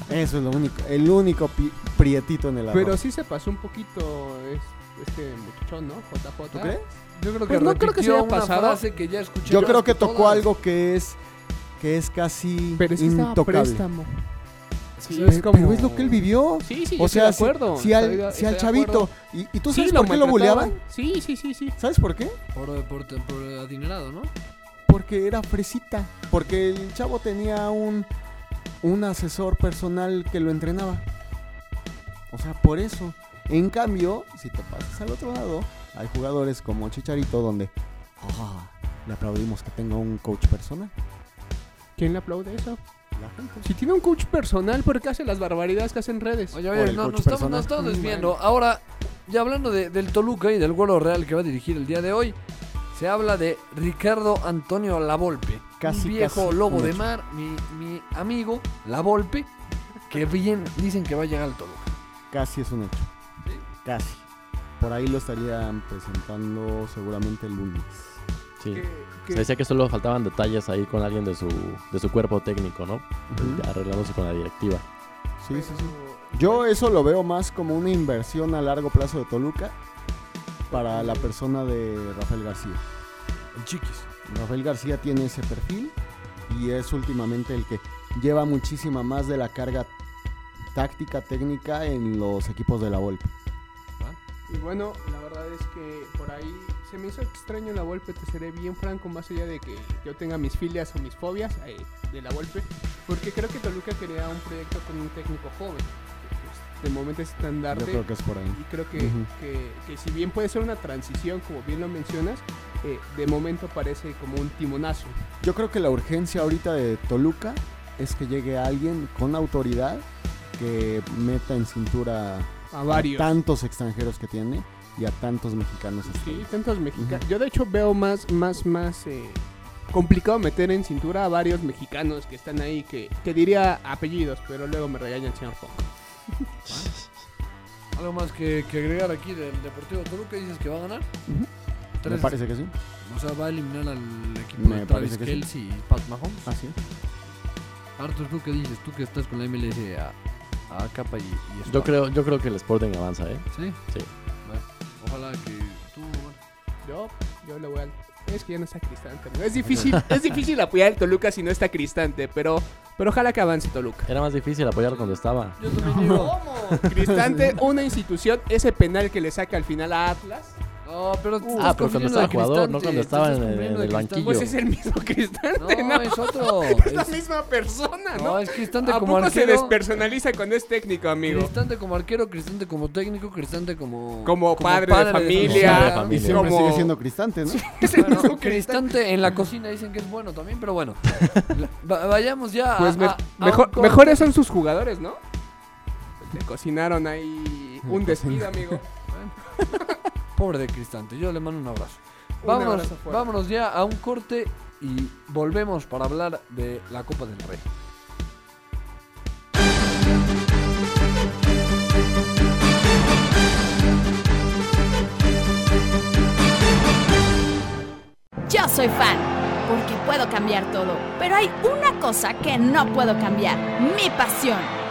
[SPEAKER 4] Eso es lo único. El único pi- prietito en el arroz.
[SPEAKER 3] Pero sí se pasó un poquito es- este muchachón, ¿no? JJ.
[SPEAKER 4] ¿Tú crees?
[SPEAKER 2] Yo creo que
[SPEAKER 3] Pues no creo que se
[SPEAKER 2] repitió
[SPEAKER 3] haya
[SPEAKER 2] una
[SPEAKER 3] pasado.
[SPEAKER 2] frase que ya escuché.
[SPEAKER 4] ah, Yo creo que tocó
[SPEAKER 2] todas.
[SPEAKER 4] algo que es que es casi
[SPEAKER 3] Pero sí estaba
[SPEAKER 4] intocable.
[SPEAKER 3] préstamo. Sí,
[SPEAKER 4] Pe-
[SPEAKER 3] es como-
[SPEAKER 4] Pero es lo que él vivió.
[SPEAKER 3] Sí, sí,
[SPEAKER 4] o
[SPEAKER 3] yo
[SPEAKER 4] sea,
[SPEAKER 3] estoy de acuerdo.
[SPEAKER 4] si, si al,
[SPEAKER 3] Estoy de-
[SPEAKER 4] si
[SPEAKER 3] estoy
[SPEAKER 4] al
[SPEAKER 3] de
[SPEAKER 4] chavito.
[SPEAKER 3] acuerdo.
[SPEAKER 4] ¿Y, y tú
[SPEAKER 3] Sí,
[SPEAKER 4] sabes por qué lo
[SPEAKER 3] maltrataban.
[SPEAKER 4] buleaban?
[SPEAKER 3] Sí, sí, sí, sí.
[SPEAKER 4] ¿Sabes por qué?
[SPEAKER 2] Por, por, por adinerado, ¿no?
[SPEAKER 4] Porque era fresita. Porque el chavo tenía un, un asesor personal que lo entrenaba. O sea, por eso. En cambio, si te pasas al otro lado, hay jugadores como Chicharito donde ah, le aplaudimos que tenga un coach personal.
[SPEAKER 3] ¿Quién le aplaude eso?
[SPEAKER 4] La gente.
[SPEAKER 3] Si tiene un coach personal, ¿por qué hace las barbaridades que hace en redes?
[SPEAKER 2] Oye,
[SPEAKER 4] Por
[SPEAKER 2] oye,
[SPEAKER 4] el
[SPEAKER 2] no,
[SPEAKER 4] coach
[SPEAKER 2] nos estamos,
[SPEAKER 4] personal.
[SPEAKER 2] nos estamos
[SPEAKER 3] Mm,
[SPEAKER 2] desviando. Ahora, ya hablando de- del Toluca y del vuelo real que va a dirigir el día de hoy, se habla de Ricardo Antonio Lavolpe.
[SPEAKER 4] Casi,
[SPEAKER 2] un viejo
[SPEAKER 4] casi
[SPEAKER 2] lobo
[SPEAKER 4] un
[SPEAKER 2] de
[SPEAKER 4] hecho.
[SPEAKER 2] mar, mi, mi amigo Lavolpe, que bien dicen que va a llegar al Toluca.
[SPEAKER 4] Casi es un hecho. Casi. Por ahí lo estarían presentando seguramente el lunes.
[SPEAKER 5] Sí.
[SPEAKER 3] Que- que-
[SPEAKER 5] Se decía que solo faltaban detalles ahí con alguien de su, de su cuerpo técnico, ¿no? Arreglándose con la directiva.
[SPEAKER 4] Sí, sí, sí. Yo eso lo veo más como una inversión a largo plazo de Toluca para la persona de Rafael García.
[SPEAKER 2] El chiquis.
[SPEAKER 4] Rafael García tiene ese perfil y es últimamente el que lleva muchísima más de la carga táctica, técnica en los equipos de la Volpe.
[SPEAKER 3] Y bueno, la verdad es que por ahí se me hizo extraño la golpe, te seré bien franco, más allá de que yo tenga mis filias o mis fobias eh, de la golpe, porque creo que Toluca quería un proyecto con un técnico joven. Pues, De momento es
[SPEAKER 4] Yo
[SPEAKER 3] estandarte.
[SPEAKER 4] creo que es por ahí.
[SPEAKER 3] Y creo que,
[SPEAKER 4] Ujú.
[SPEAKER 3] que- que si bien puede ser una transición, como bien lo mencionas, eh, de momento parece como un timonazo.
[SPEAKER 4] Yo creo que la urgencia ahorita de Toluca es que llegue alguien con autoridad que meta en cintura
[SPEAKER 3] A varios.
[SPEAKER 4] a tantos extranjeros que tiene y a tantos mexicanos.
[SPEAKER 3] Sí, tantos mexicanos. Yo de hecho veo más, más, más eh, complicado meter en cintura a varios mexicanos que están ahí, que, que diría apellidos, pero luego me regaña el señor Fox.
[SPEAKER 2] Algo más que, que agregar aquí del Deportivo Toluca, dices que va a ganar.
[SPEAKER 4] Ujú. Me
[SPEAKER 2] Tres-
[SPEAKER 4] parece que sí.
[SPEAKER 2] O sea, va a eliminar al equipo
[SPEAKER 4] Me
[SPEAKER 2] de Travis
[SPEAKER 4] parece que sí.
[SPEAKER 2] Kelce
[SPEAKER 4] Ah,
[SPEAKER 2] y Pat Mahomes.
[SPEAKER 4] Así es.
[SPEAKER 2] Arthur, ¿tú qué dices? Tú que estás con la MLS a, a capa y, y
[SPEAKER 3] Pues
[SPEAKER 2] espada.
[SPEAKER 5] Yo creo, yo creo que el Sporting avanza, ¿eh?
[SPEAKER 2] Sí.
[SPEAKER 5] Sí.
[SPEAKER 2] Bueno, ojalá que tú. bueno,
[SPEAKER 3] Yo, yo le voy al. Es que ya no está Cristante. amigo. Es difícil, es difícil apoyar al Toluca si no está Cristante, pero, pero ojalá que avance Toluca.
[SPEAKER 5] Era más difícil apoyar cuando estaba.
[SPEAKER 2] Yo también digo.
[SPEAKER 3] Cristante, una institución, ese penal que le saca al final a Atlas,
[SPEAKER 2] No, pero. tú
[SPEAKER 5] ah,
[SPEAKER 2] estás
[SPEAKER 5] pero cuando
[SPEAKER 2] confundiendo
[SPEAKER 5] estaba
[SPEAKER 2] a
[SPEAKER 5] jugador, no
[SPEAKER 2] Cristante,
[SPEAKER 5] cuando
[SPEAKER 2] tú
[SPEAKER 5] estaba
[SPEAKER 2] estás
[SPEAKER 5] en el-
[SPEAKER 2] confundiendo
[SPEAKER 5] en el
[SPEAKER 2] a Cristante.
[SPEAKER 5] banquillo.
[SPEAKER 3] pues es el mismo Cristante,
[SPEAKER 2] No,
[SPEAKER 3] ¿no?
[SPEAKER 2] es otro.
[SPEAKER 3] Es la
[SPEAKER 2] Es-
[SPEAKER 3] misma persona, ¿no?
[SPEAKER 2] No, es Cristante
[SPEAKER 3] ¿A
[SPEAKER 2] como
[SPEAKER 3] poco se
[SPEAKER 2] arquero.
[SPEAKER 3] despersonaliza cuando es técnico, amigo?
[SPEAKER 2] Cristante como arquero, Cristante como técnico, Cristante como.
[SPEAKER 3] Como padre de
[SPEAKER 5] familia.
[SPEAKER 2] familia.
[SPEAKER 5] Como
[SPEAKER 4] Y siempre
[SPEAKER 3] Como-
[SPEAKER 4] sigue siendo cristante, ¿no?
[SPEAKER 3] Es el
[SPEAKER 2] Bueno,
[SPEAKER 3] mismo Cristante.
[SPEAKER 2] Cristante en la cocina dicen que es bueno también, pero bueno. Va- vayamos ya. a-
[SPEAKER 3] Pues me-
[SPEAKER 2] a- a un
[SPEAKER 3] mejor,
[SPEAKER 2] corte.
[SPEAKER 3] mejores son sus jugadores, ¿no? Mm, Le cocinaron ahí un despido, amigo.
[SPEAKER 2] Bueno. Pobre de Cristante, yo le mando un abrazo.
[SPEAKER 3] Un
[SPEAKER 2] Vámonos,
[SPEAKER 3] abrazo fuerte.
[SPEAKER 2] vámonos ya a un corte y volvemos para hablar de la Copa del Rey.
[SPEAKER 6] Yo soy fan, porque puedo cambiar todo, pero hay una cosa que no puedo cambiar, mi pasión,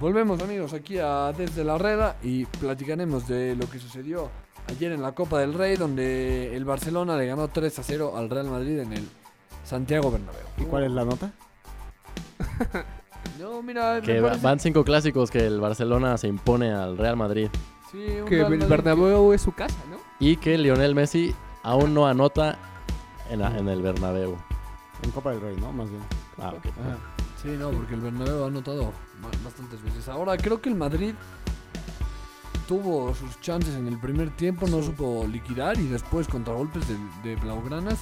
[SPEAKER 2] Volvemos amigos aquí a Desde la Reda y platicaremos de lo que sucedió ayer en la Copa del Rey donde el Barcelona le ganó 3 a 0 al Real Madrid en el Santiago Bernabéu.
[SPEAKER 4] ¿Y cuál es la nota?
[SPEAKER 2] No, mira, me
[SPEAKER 5] Que va-
[SPEAKER 2] parece-
[SPEAKER 5] van cinco clásicos que el Barcelona se impone al Real Madrid.
[SPEAKER 2] sí, un
[SPEAKER 3] Que
[SPEAKER 2] Real
[SPEAKER 3] el
[SPEAKER 2] Madrid
[SPEAKER 3] Bernabéu es su casa, ¿no?
[SPEAKER 5] Y que Lionel Messi aún no anota en, la- en el Bernabéu.
[SPEAKER 4] En Copa del Rey, ¿no? Más bien.
[SPEAKER 5] Ah, ok.
[SPEAKER 2] Sí, no, porque el Bernabéu ha anotado ba- bastantes veces. Ahora creo que el Madrid tuvo sus chances en el primer tiempo, no supo liquidar y después contra golpes de, de Blaugranas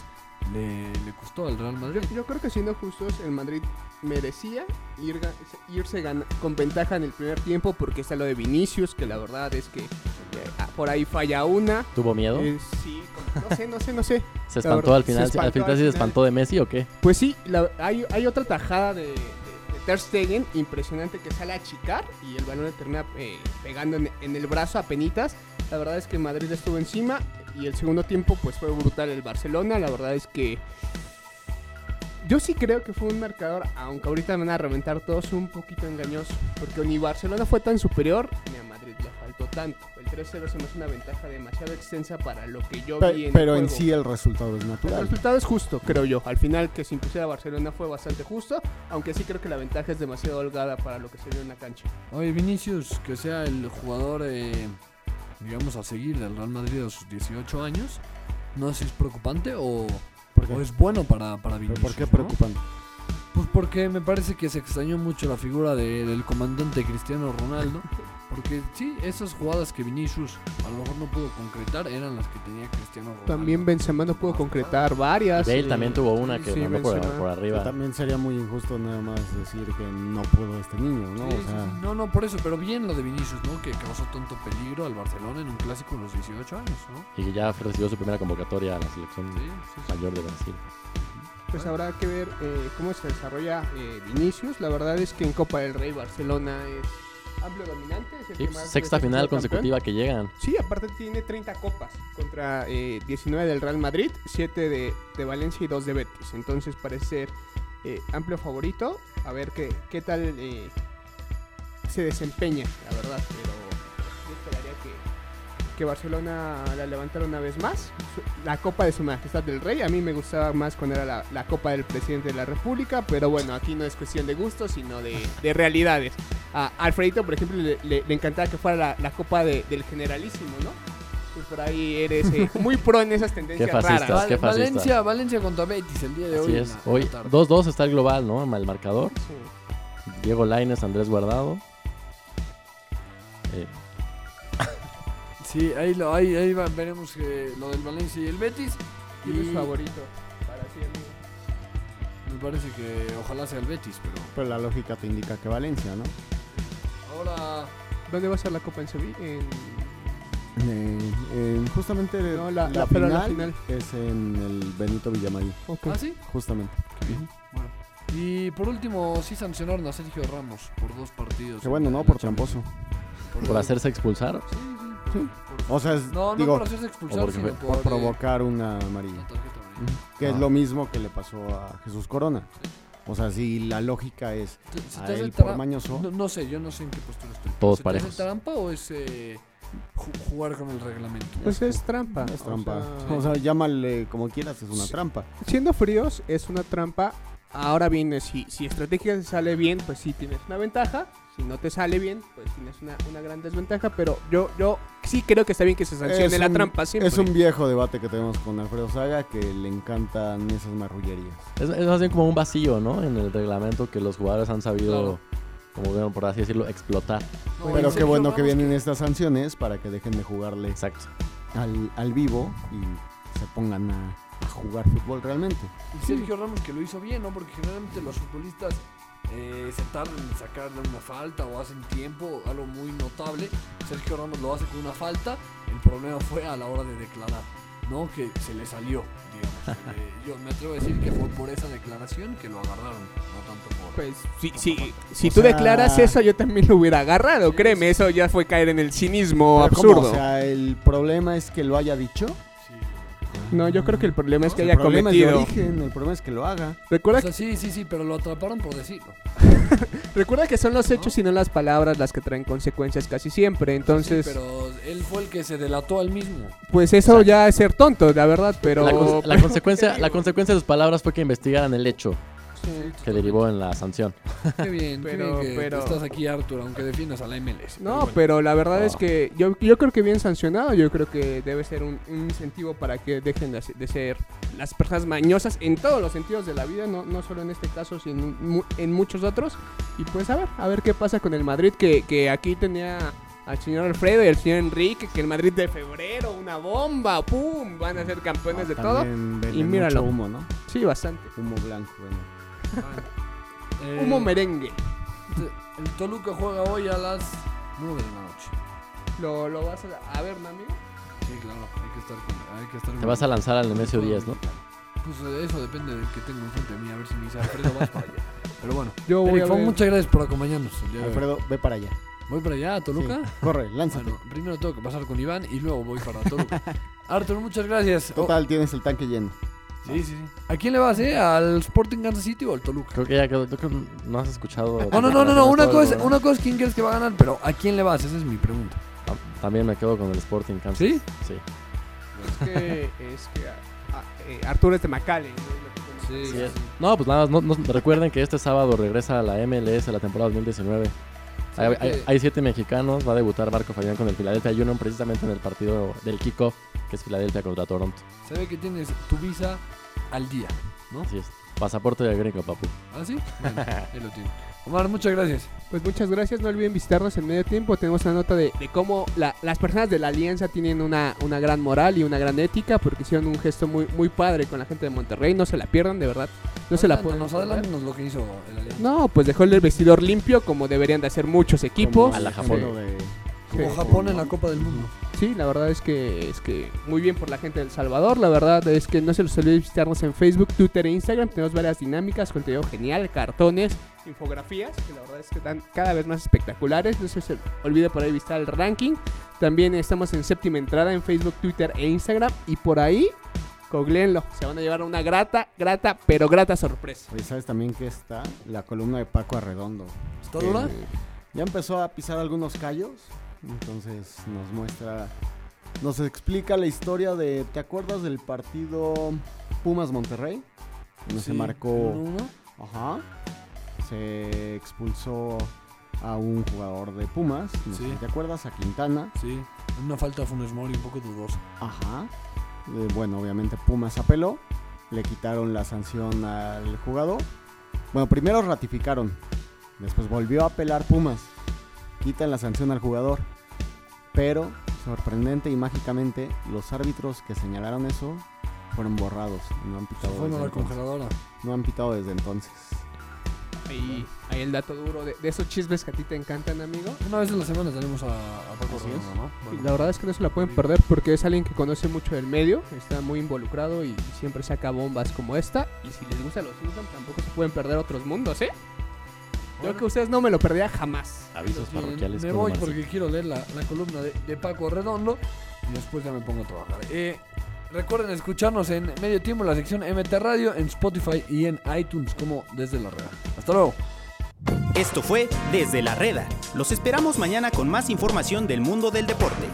[SPEAKER 2] le, le costó al Real Madrid.
[SPEAKER 3] Yo creo que siendo justos, el Madrid merecía ir ga- irse gana- con ventaja en el primer tiempo porque está lo de Vinicius, que la verdad es que eh, ah, por ahí falla una.
[SPEAKER 5] ¿Tuvo miedo?
[SPEAKER 3] Eh, sí, como- no sé, no sé, no sé.
[SPEAKER 5] ¿Se
[SPEAKER 3] la
[SPEAKER 5] espantó
[SPEAKER 3] verdad,
[SPEAKER 5] al
[SPEAKER 3] se
[SPEAKER 5] final? ¿Al
[SPEAKER 3] espantó
[SPEAKER 5] final
[SPEAKER 3] al
[SPEAKER 5] sí se
[SPEAKER 3] final.
[SPEAKER 5] espantó de Messi o qué?
[SPEAKER 3] Pues sí, la- hay, hay otra tajada de, de- de Ter Stegen impresionante que sale a achicar y el balón le termina eh, pegando en, en el brazo a penitas. La verdad es que Madrid estuvo encima y el segundo tiempo pues fue brutal el Barcelona. La verdad es que yo sí creo que fue un marcador, aunque ahorita me van a reventar todos un poquito engañoso, porque ni Barcelona fue tan superior ni a Madrid le faltó tanto. El 3-0 se me hace una ventaja demasiado extensa para lo que yo vi
[SPEAKER 4] Pe-
[SPEAKER 3] en
[SPEAKER 4] pero
[SPEAKER 3] el
[SPEAKER 4] en
[SPEAKER 3] juego.
[SPEAKER 4] sí el resultado es
[SPEAKER 3] El
[SPEAKER 4] natural.
[SPEAKER 3] resultado es justo, creo yo. Al final que se impusiera Barcelona fue bastante justo, aunque sí creo que la ventaja es demasiado holgada para lo que se vio en la cancha.
[SPEAKER 2] Oye, Vinicius, que sea el jugador, eh, digamos, a seguir del Real Madrid a sus 18 años, no sé si es preocupante o,
[SPEAKER 4] ¿Por qué?
[SPEAKER 2] o es bueno para, para
[SPEAKER 4] ¿Pero
[SPEAKER 2] Vinicius.
[SPEAKER 4] por qué
[SPEAKER 2] ¿no?
[SPEAKER 4] preocupante?
[SPEAKER 2] Pues porque me parece que se extrañó mucho la figura de- del comandante Cristiano Ronaldo. Porque sí, esas jugadas que Vinicius a lo mejor no pudo concretar eran las que tenía Cristiano Ronaldo.
[SPEAKER 3] También Benzema no pudo concretar varias.
[SPEAKER 5] Bale
[SPEAKER 3] eh,
[SPEAKER 5] también tuvo una
[SPEAKER 3] sí,
[SPEAKER 5] que
[SPEAKER 3] sí,
[SPEAKER 5] mandó por,
[SPEAKER 3] Benzema.
[SPEAKER 5] por arriba.
[SPEAKER 4] También sería muy injusto nada más decir que no pudo este niño,
[SPEAKER 2] Sí,
[SPEAKER 4] ¿no?
[SPEAKER 2] sí,
[SPEAKER 4] O
[SPEAKER 2] sí.
[SPEAKER 4] sea,
[SPEAKER 2] No, no, por eso, pero bien lo de Vinicius, ¿no? Que causó tanto peligro al Barcelona en un clásico a los 18 años, ¿no?
[SPEAKER 5] Y que ya recibió su primera convocatoria a la selección
[SPEAKER 2] Sí, sí, sí.
[SPEAKER 5] mayor de Brasil.
[SPEAKER 3] Pues habrá que ver eh, cómo se desarrolla eh, Vinicius. La verdad es que en Copa del Rey Barcelona es amplio dominante. es el
[SPEAKER 5] Sí,
[SPEAKER 3] que
[SPEAKER 5] pues,
[SPEAKER 3] más
[SPEAKER 5] sexta
[SPEAKER 3] veces ha
[SPEAKER 5] final
[SPEAKER 3] sido campeón.
[SPEAKER 5] consecutiva que llegan.
[SPEAKER 3] Sí, aparte tiene 30 copas contra eh, 19 del Real Madrid, 7 de, de Valencia y 2 de Betis. Entonces parece ser eh, amplio favorito. A ver qué, qué tal eh, se desempeña, la verdad. Pero yo esperaría que, que Barcelona la levantara una vez más. Su- La Copa de Su Majestad del Rey, a mí me gustaba más cuando era la, la Copa del Presidente de la República. Pero bueno, aquí no es cuestión de gustos, sino de, de realidades. A Alfredito, por ejemplo, le, le- le encantaba que fuera la, la copa de- del generalísimo, ¿no? Y por ahí eres eh, muy pro en esas tendencias
[SPEAKER 5] Qué fascista.
[SPEAKER 3] raras.
[SPEAKER 5] qué fascista.
[SPEAKER 2] Valencia, Valencia contra Betis el día de hoy.
[SPEAKER 5] Así
[SPEAKER 2] en
[SPEAKER 5] es.
[SPEAKER 2] la- en
[SPEAKER 5] Hoy
[SPEAKER 2] la tarde.
[SPEAKER 5] 2-2 está el global, ¿no? El marcador.
[SPEAKER 3] Sí.
[SPEAKER 5] Diego Laines, Andrés Guardado. Eh,
[SPEAKER 2] Sí, ahí, lo, ahí, ahí va- veremos eh, lo del Valencia y el Betis.
[SPEAKER 3] ¿Quién es
[SPEAKER 2] Y-
[SPEAKER 3] favorito para ti, amigo?
[SPEAKER 2] Me parece que ojalá sea el Betis, pero.
[SPEAKER 4] Pero la lógica te indica que Valencia, ¿no?
[SPEAKER 2] Ahora. ¿Ah,
[SPEAKER 3] ¿Dónde va a ser la Copa en Sevilla? En-
[SPEAKER 4] Eh, eh, justamente
[SPEAKER 3] No, la-
[SPEAKER 4] la,
[SPEAKER 3] la- pero
[SPEAKER 4] final
[SPEAKER 3] la final.
[SPEAKER 4] es en el Benito Villamarín,
[SPEAKER 3] Ok.
[SPEAKER 2] ¿Ah, sí?
[SPEAKER 4] justamente.
[SPEAKER 2] Y por último, sí sancionaron a Sergio Ramos por dos partidos.
[SPEAKER 4] Que bueno,
[SPEAKER 2] en
[SPEAKER 4] ¿no?
[SPEAKER 2] la
[SPEAKER 4] Por
[SPEAKER 2] Champions.
[SPEAKER 4] tramposo.
[SPEAKER 5] Por hacerse expulsar.
[SPEAKER 2] Sí, sí. Por-
[SPEAKER 4] O sea, es-
[SPEAKER 2] No, no
[SPEAKER 4] digo,
[SPEAKER 2] por hacerse
[SPEAKER 5] o
[SPEAKER 2] expulsar,
[SPEAKER 5] porque
[SPEAKER 2] sino
[SPEAKER 5] fue-
[SPEAKER 4] por
[SPEAKER 2] por. eh,
[SPEAKER 4] provocar una
[SPEAKER 2] la
[SPEAKER 4] amarilla.
[SPEAKER 2] tarjeta amarilla.
[SPEAKER 4] Que es
[SPEAKER 5] Ah.
[SPEAKER 4] lo mismo que le pasó a Jesús Corona. O sea, si la lógica es
[SPEAKER 2] Si- si te
[SPEAKER 4] a
[SPEAKER 2] hace
[SPEAKER 4] él
[SPEAKER 2] el
[SPEAKER 4] Ah, por
[SPEAKER 2] tra-
[SPEAKER 4] mañoso,
[SPEAKER 2] No, no sé, yo no sé en qué postura estoy.
[SPEAKER 5] Todos
[SPEAKER 2] ¿Se te hace
[SPEAKER 5] parejos.
[SPEAKER 2] trampa o es eh, ju- jugar con el reglamento?
[SPEAKER 3] Pues es trampa.
[SPEAKER 4] es trampa.
[SPEAKER 3] O sea,
[SPEAKER 4] O sea, llámale como quieras, es una
[SPEAKER 3] Sí.
[SPEAKER 4] trampa.
[SPEAKER 3] siendo fríos, es una trampa. Ahora bien, si, si estrategia te sale bien, pues sí tienes una ventaja. Si no te sale bien, pues tienes una, una gran desventaja. Pero yo, yo sí creo que está bien que se sancione
[SPEAKER 4] Es
[SPEAKER 3] la
[SPEAKER 4] un-
[SPEAKER 3] trampa siempre.
[SPEAKER 4] Es un viejo debate que tenemos con Alfredo Saga que le encantan esas marrullerías.
[SPEAKER 5] Es, es más bien como un vacío, ¿no? En el reglamento que los jugadores han sabido, como vieron, por así decirlo, explotar.
[SPEAKER 2] No, y
[SPEAKER 4] Pero qué
[SPEAKER 2] Sergio
[SPEAKER 4] bueno que
[SPEAKER 2] Ramos
[SPEAKER 4] vienen estas sanciones para que dejen de jugarle
[SPEAKER 5] Exacto.
[SPEAKER 4] al, al vivo y se pongan a, a jugar fútbol realmente.
[SPEAKER 2] Y Sergio Ramos que lo hizo bien, ¿no? Porque generalmente los futbolistas eh, se tardan en sacarle una falta o hacen tiempo, algo muy notable. Sergio Ramos lo hace con una falta. El problema fue a la hora de declarar, ¿no? Que se le salió, digamos. Eh, yo me atrevo a decir que fue por esa declaración que lo agarraron, no tanto por.
[SPEAKER 3] Pues sí, sí, si
[SPEAKER 4] O
[SPEAKER 3] tú
[SPEAKER 4] sea-
[SPEAKER 3] declaras eso, yo también lo hubiera agarrado. Créeme, eso ya fue caer en el cinismo
[SPEAKER 4] Pero ¿cómo?
[SPEAKER 3] absurdo.
[SPEAKER 4] O sea, el problema es que lo haya dicho.
[SPEAKER 2] Sí.
[SPEAKER 3] no, yo creo que el problema es que
[SPEAKER 4] el
[SPEAKER 3] haya
[SPEAKER 4] problema es de
[SPEAKER 3] cometido.
[SPEAKER 4] origen, el problema es que lo haga.
[SPEAKER 2] O
[SPEAKER 3] Recuerda,
[SPEAKER 2] sea, sí, sí, sí, pero lo atraparon por decirlo.
[SPEAKER 3] recuerda que son los hechos y no las palabras las que traen consecuencias casi siempre. Entonces,
[SPEAKER 2] Sí, pero él fue el que se delató al mismo.
[SPEAKER 3] pues eso ya es ser tonto, la verdad. Pero
[SPEAKER 5] La, cons- la consecuencia, la consecuencia de sus palabras fue que investigaran el hecho
[SPEAKER 2] Pues,
[SPEAKER 5] que derivó en la sanción.
[SPEAKER 2] Qué bien, qué
[SPEAKER 3] Pero-
[SPEAKER 2] bien que
[SPEAKER 3] pero-
[SPEAKER 2] estás aquí, Arthur, aunque defiendas a la MLS.
[SPEAKER 3] No,
[SPEAKER 2] bueno.
[SPEAKER 3] pero la verdad es
[SPEAKER 5] Ah.
[SPEAKER 3] que yo, yo creo que bien sancionado, yo creo que debe ser un, un incentivo para que dejen de, hacer- de ser las personas mañosas en todos los sentidos de la vida, no, no solo en este caso, sino en, mu- en muchos otros. Y pues a ver, a ver qué pasa con el Madrid, que, que aquí tenía al señor Alfredo y al señor Enrique, que el Madrid de febrero, una bomba, ¡pum! Van a ser campeones
[SPEAKER 2] Ah,
[SPEAKER 3] de todo.
[SPEAKER 4] También venden
[SPEAKER 3] Y míralo.
[SPEAKER 4] mucho humo, ¿no?
[SPEAKER 3] Sí, bastante.
[SPEAKER 4] Humo blanco, bueno.
[SPEAKER 2] Eh,
[SPEAKER 3] Humo merengue.
[SPEAKER 2] El Toluca juega hoy a las 9 de la noche.
[SPEAKER 3] ¿Lo, lo vas a, a ver, ¿no, amigo?
[SPEAKER 2] Sí, claro, hay que estar con. Hay que estar
[SPEAKER 5] Te vas a lanzar al Nemesio 10, ¿no?
[SPEAKER 2] Pues eh, eso depende del que tengo enfrente de mí, a ver si me dice Alfredo vas para allá. Pero bueno,
[SPEAKER 3] Yo voy
[SPEAKER 2] Eric,
[SPEAKER 3] a
[SPEAKER 2] Fon,
[SPEAKER 3] ver.
[SPEAKER 2] muchas gracias por acompañarnos. el día de hoy.
[SPEAKER 4] Alfredo, ve para allá.
[SPEAKER 2] Voy para allá, a Toluca.
[SPEAKER 4] Sí, Corre, lánzate.
[SPEAKER 2] Bueno, primero tengo que pasar con Iván y luego voy para Toluca. Arthur, muchas gracias. Oh,
[SPEAKER 4] Total, tienes el tanque lleno.
[SPEAKER 2] sí, sí, sí. ¿A quién le vas, eh? ¿Al Sporting Kansas City o al Toluca?
[SPEAKER 5] Creo que ya quedó, creo que no has escuchado.
[SPEAKER 2] No, no, no, no, no,
[SPEAKER 5] declaraciones
[SPEAKER 2] Una
[SPEAKER 5] todo el
[SPEAKER 2] cosa,
[SPEAKER 5] programa.
[SPEAKER 2] una cosa es quién crees que va a ganar, pero ¿a quién le vas? Esa es mi pregunta.
[SPEAKER 5] Tam- También me quedo con el Sporting Kansas.
[SPEAKER 2] ¿Sí?
[SPEAKER 5] Sí.
[SPEAKER 3] Es que, es que a- a- eh, Arturo es de Macale.
[SPEAKER 5] Sí, es- No, pues nada, más, no, no- recuerden que este sábado regresa a la MLS la temporada 2019. Hay, hay-
[SPEAKER 2] que-
[SPEAKER 5] hay siete mexicanos, va a debutar Marco Fabián con el Philadelphia Union precisamente en el partido del kickoff, que es Filadelfia contra Toronto.
[SPEAKER 2] Se ve que tienes tu visa al día, ¿no?
[SPEAKER 5] Así es. Pasaporte de gringo, papu.
[SPEAKER 2] ¿Ah, sí? Bueno, ahí lo tiene. Omar, muchas gracias.
[SPEAKER 3] Pues muchas gracias, no olviden visitarnos en medio tiempo. Tenemos una nota de, de cómo la- las personas de la alianza tienen una, una gran moral y una gran ética porque hicieron un gesto muy, muy padre con la gente de Monterrey. No se la pierdan, de verdad. No se la pueden.
[SPEAKER 2] Nos
[SPEAKER 3] perder.
[SPEAKER 2] adelántanos lo que hizo el Alianza.
[SPEAKER 3] No, pues dejó el vestidor limpio como deberían de hacer muchos equipos.
[SPEAKER 4] Como
[SPEAKER 5] A la
[SPEAKER 4] el
[SPEAKER 5] Japón.
[SPEAKER 4] ejemplo de-
[SPEAKER 2] Como
[SPEAKER 3] Sí.
[SPEAKER 2] Japón en la Copa del Mundo.
[SPEAKER 3] Sí, la verdad es que es que muy bien por la gente del Salvador. La verdad es que no se los olvide visitarnos en Facebook, Twitter e Instagram. Tenemos varias dinámicas, contenido genial, cartones, infografías, que la verdad es que están cada vez más espectaculares. No se les olvide por ahí visitar el ranking. También estamos en séptima entrada en Facebook, Twitter e Instagram. Y por ahí, googleenlo. Se van a llevar una grata, grata, pero grata sorpresa.
[SPEAKER 4] Oye, ¿sabes también que está? La columna de Paco Arredondo.
[SPEAKER 2] ¿Está dura?
[SPEAKER 4] Eh, ya empezó a pisar algunos callos. Entonces nos muestra. Nos explica la historia de. ¿Te acuerdas del partido Pumas Monterrey? Donde se
[SPEAKER 2] Sí.
[SPEAKER 4] marcó.
[SPEAKER 2] Uno, uno.
[SPEAKER 4] Ajá. Se expulsó a un jugador de Pumas. No sé
[SPEAKER 2] Sí.
[SPEAKER 4] si ¿Te acuerdas? A Quintana.
[SPEAKER 2] Sí. Una falta a Funes Mori un poco dudosa.
[SPEAKER 4] Ajá. Eh, bueno, obviamente Pumas apeló. Le quitaron la sanción al jugador. Bueno, primero ratificaron. Después volvió a apelar Pumas. Quitan la sanción al jugador. Pero, sorprendente y mágicamente, los árbitros que señalaron eso fueron borrados. No han pitado,
[SPEAKER 2] Fueron a
[SPEAKER 4] desde
[SPEAKER 2] la
[SPEAKER 4] entonces.
[SPEAKER 2] congeladora.
[SPEAKER 4] No han pitado desde entonces.
[SPEAKER 3] Ahí, ahí el dato duro de, de esos chismes que a ti te encantan, amigo.
[SPEAKER 2] Una vez a la semana tenemos a, a Paco
[SPEAKER 4] Así es.
[SPEAKER 2] Ramón, ¿no? Bueno.
[SPEAKER 3] La verdad es que no se la pueden perder porque es alguien que conoce mucho del medio, está muy involucrado y siempre saca bombas como esta. Y si les gusta los Simpsons, tampoco se pueden perder otros mundos, ¿eh? Yo que ustedes no me lo perdía jamás.
[SPEAKER 5] Avisos
[SPEAKER 2] Bien,
[SPEAKER 5] parroquiales.
[SPEAKER 2] Me
[SPEAKER 5] con
[SPEAKER 2] voy
[SPEAKER 5] Omarcito.
[SPEAKER 2] porque quiero leer la, la columna de, de Paco Redondo y después ya me pongo a trabajar. Eh, recuerden escucharnos en medio tiempo en la sección MT Radio, en Spotify y en iTunes como desde la red. Hasta luego.
[SPEAKER 1] Esto fue Desde la Reda. Los esperamos mañana con más información del mundo del deporte.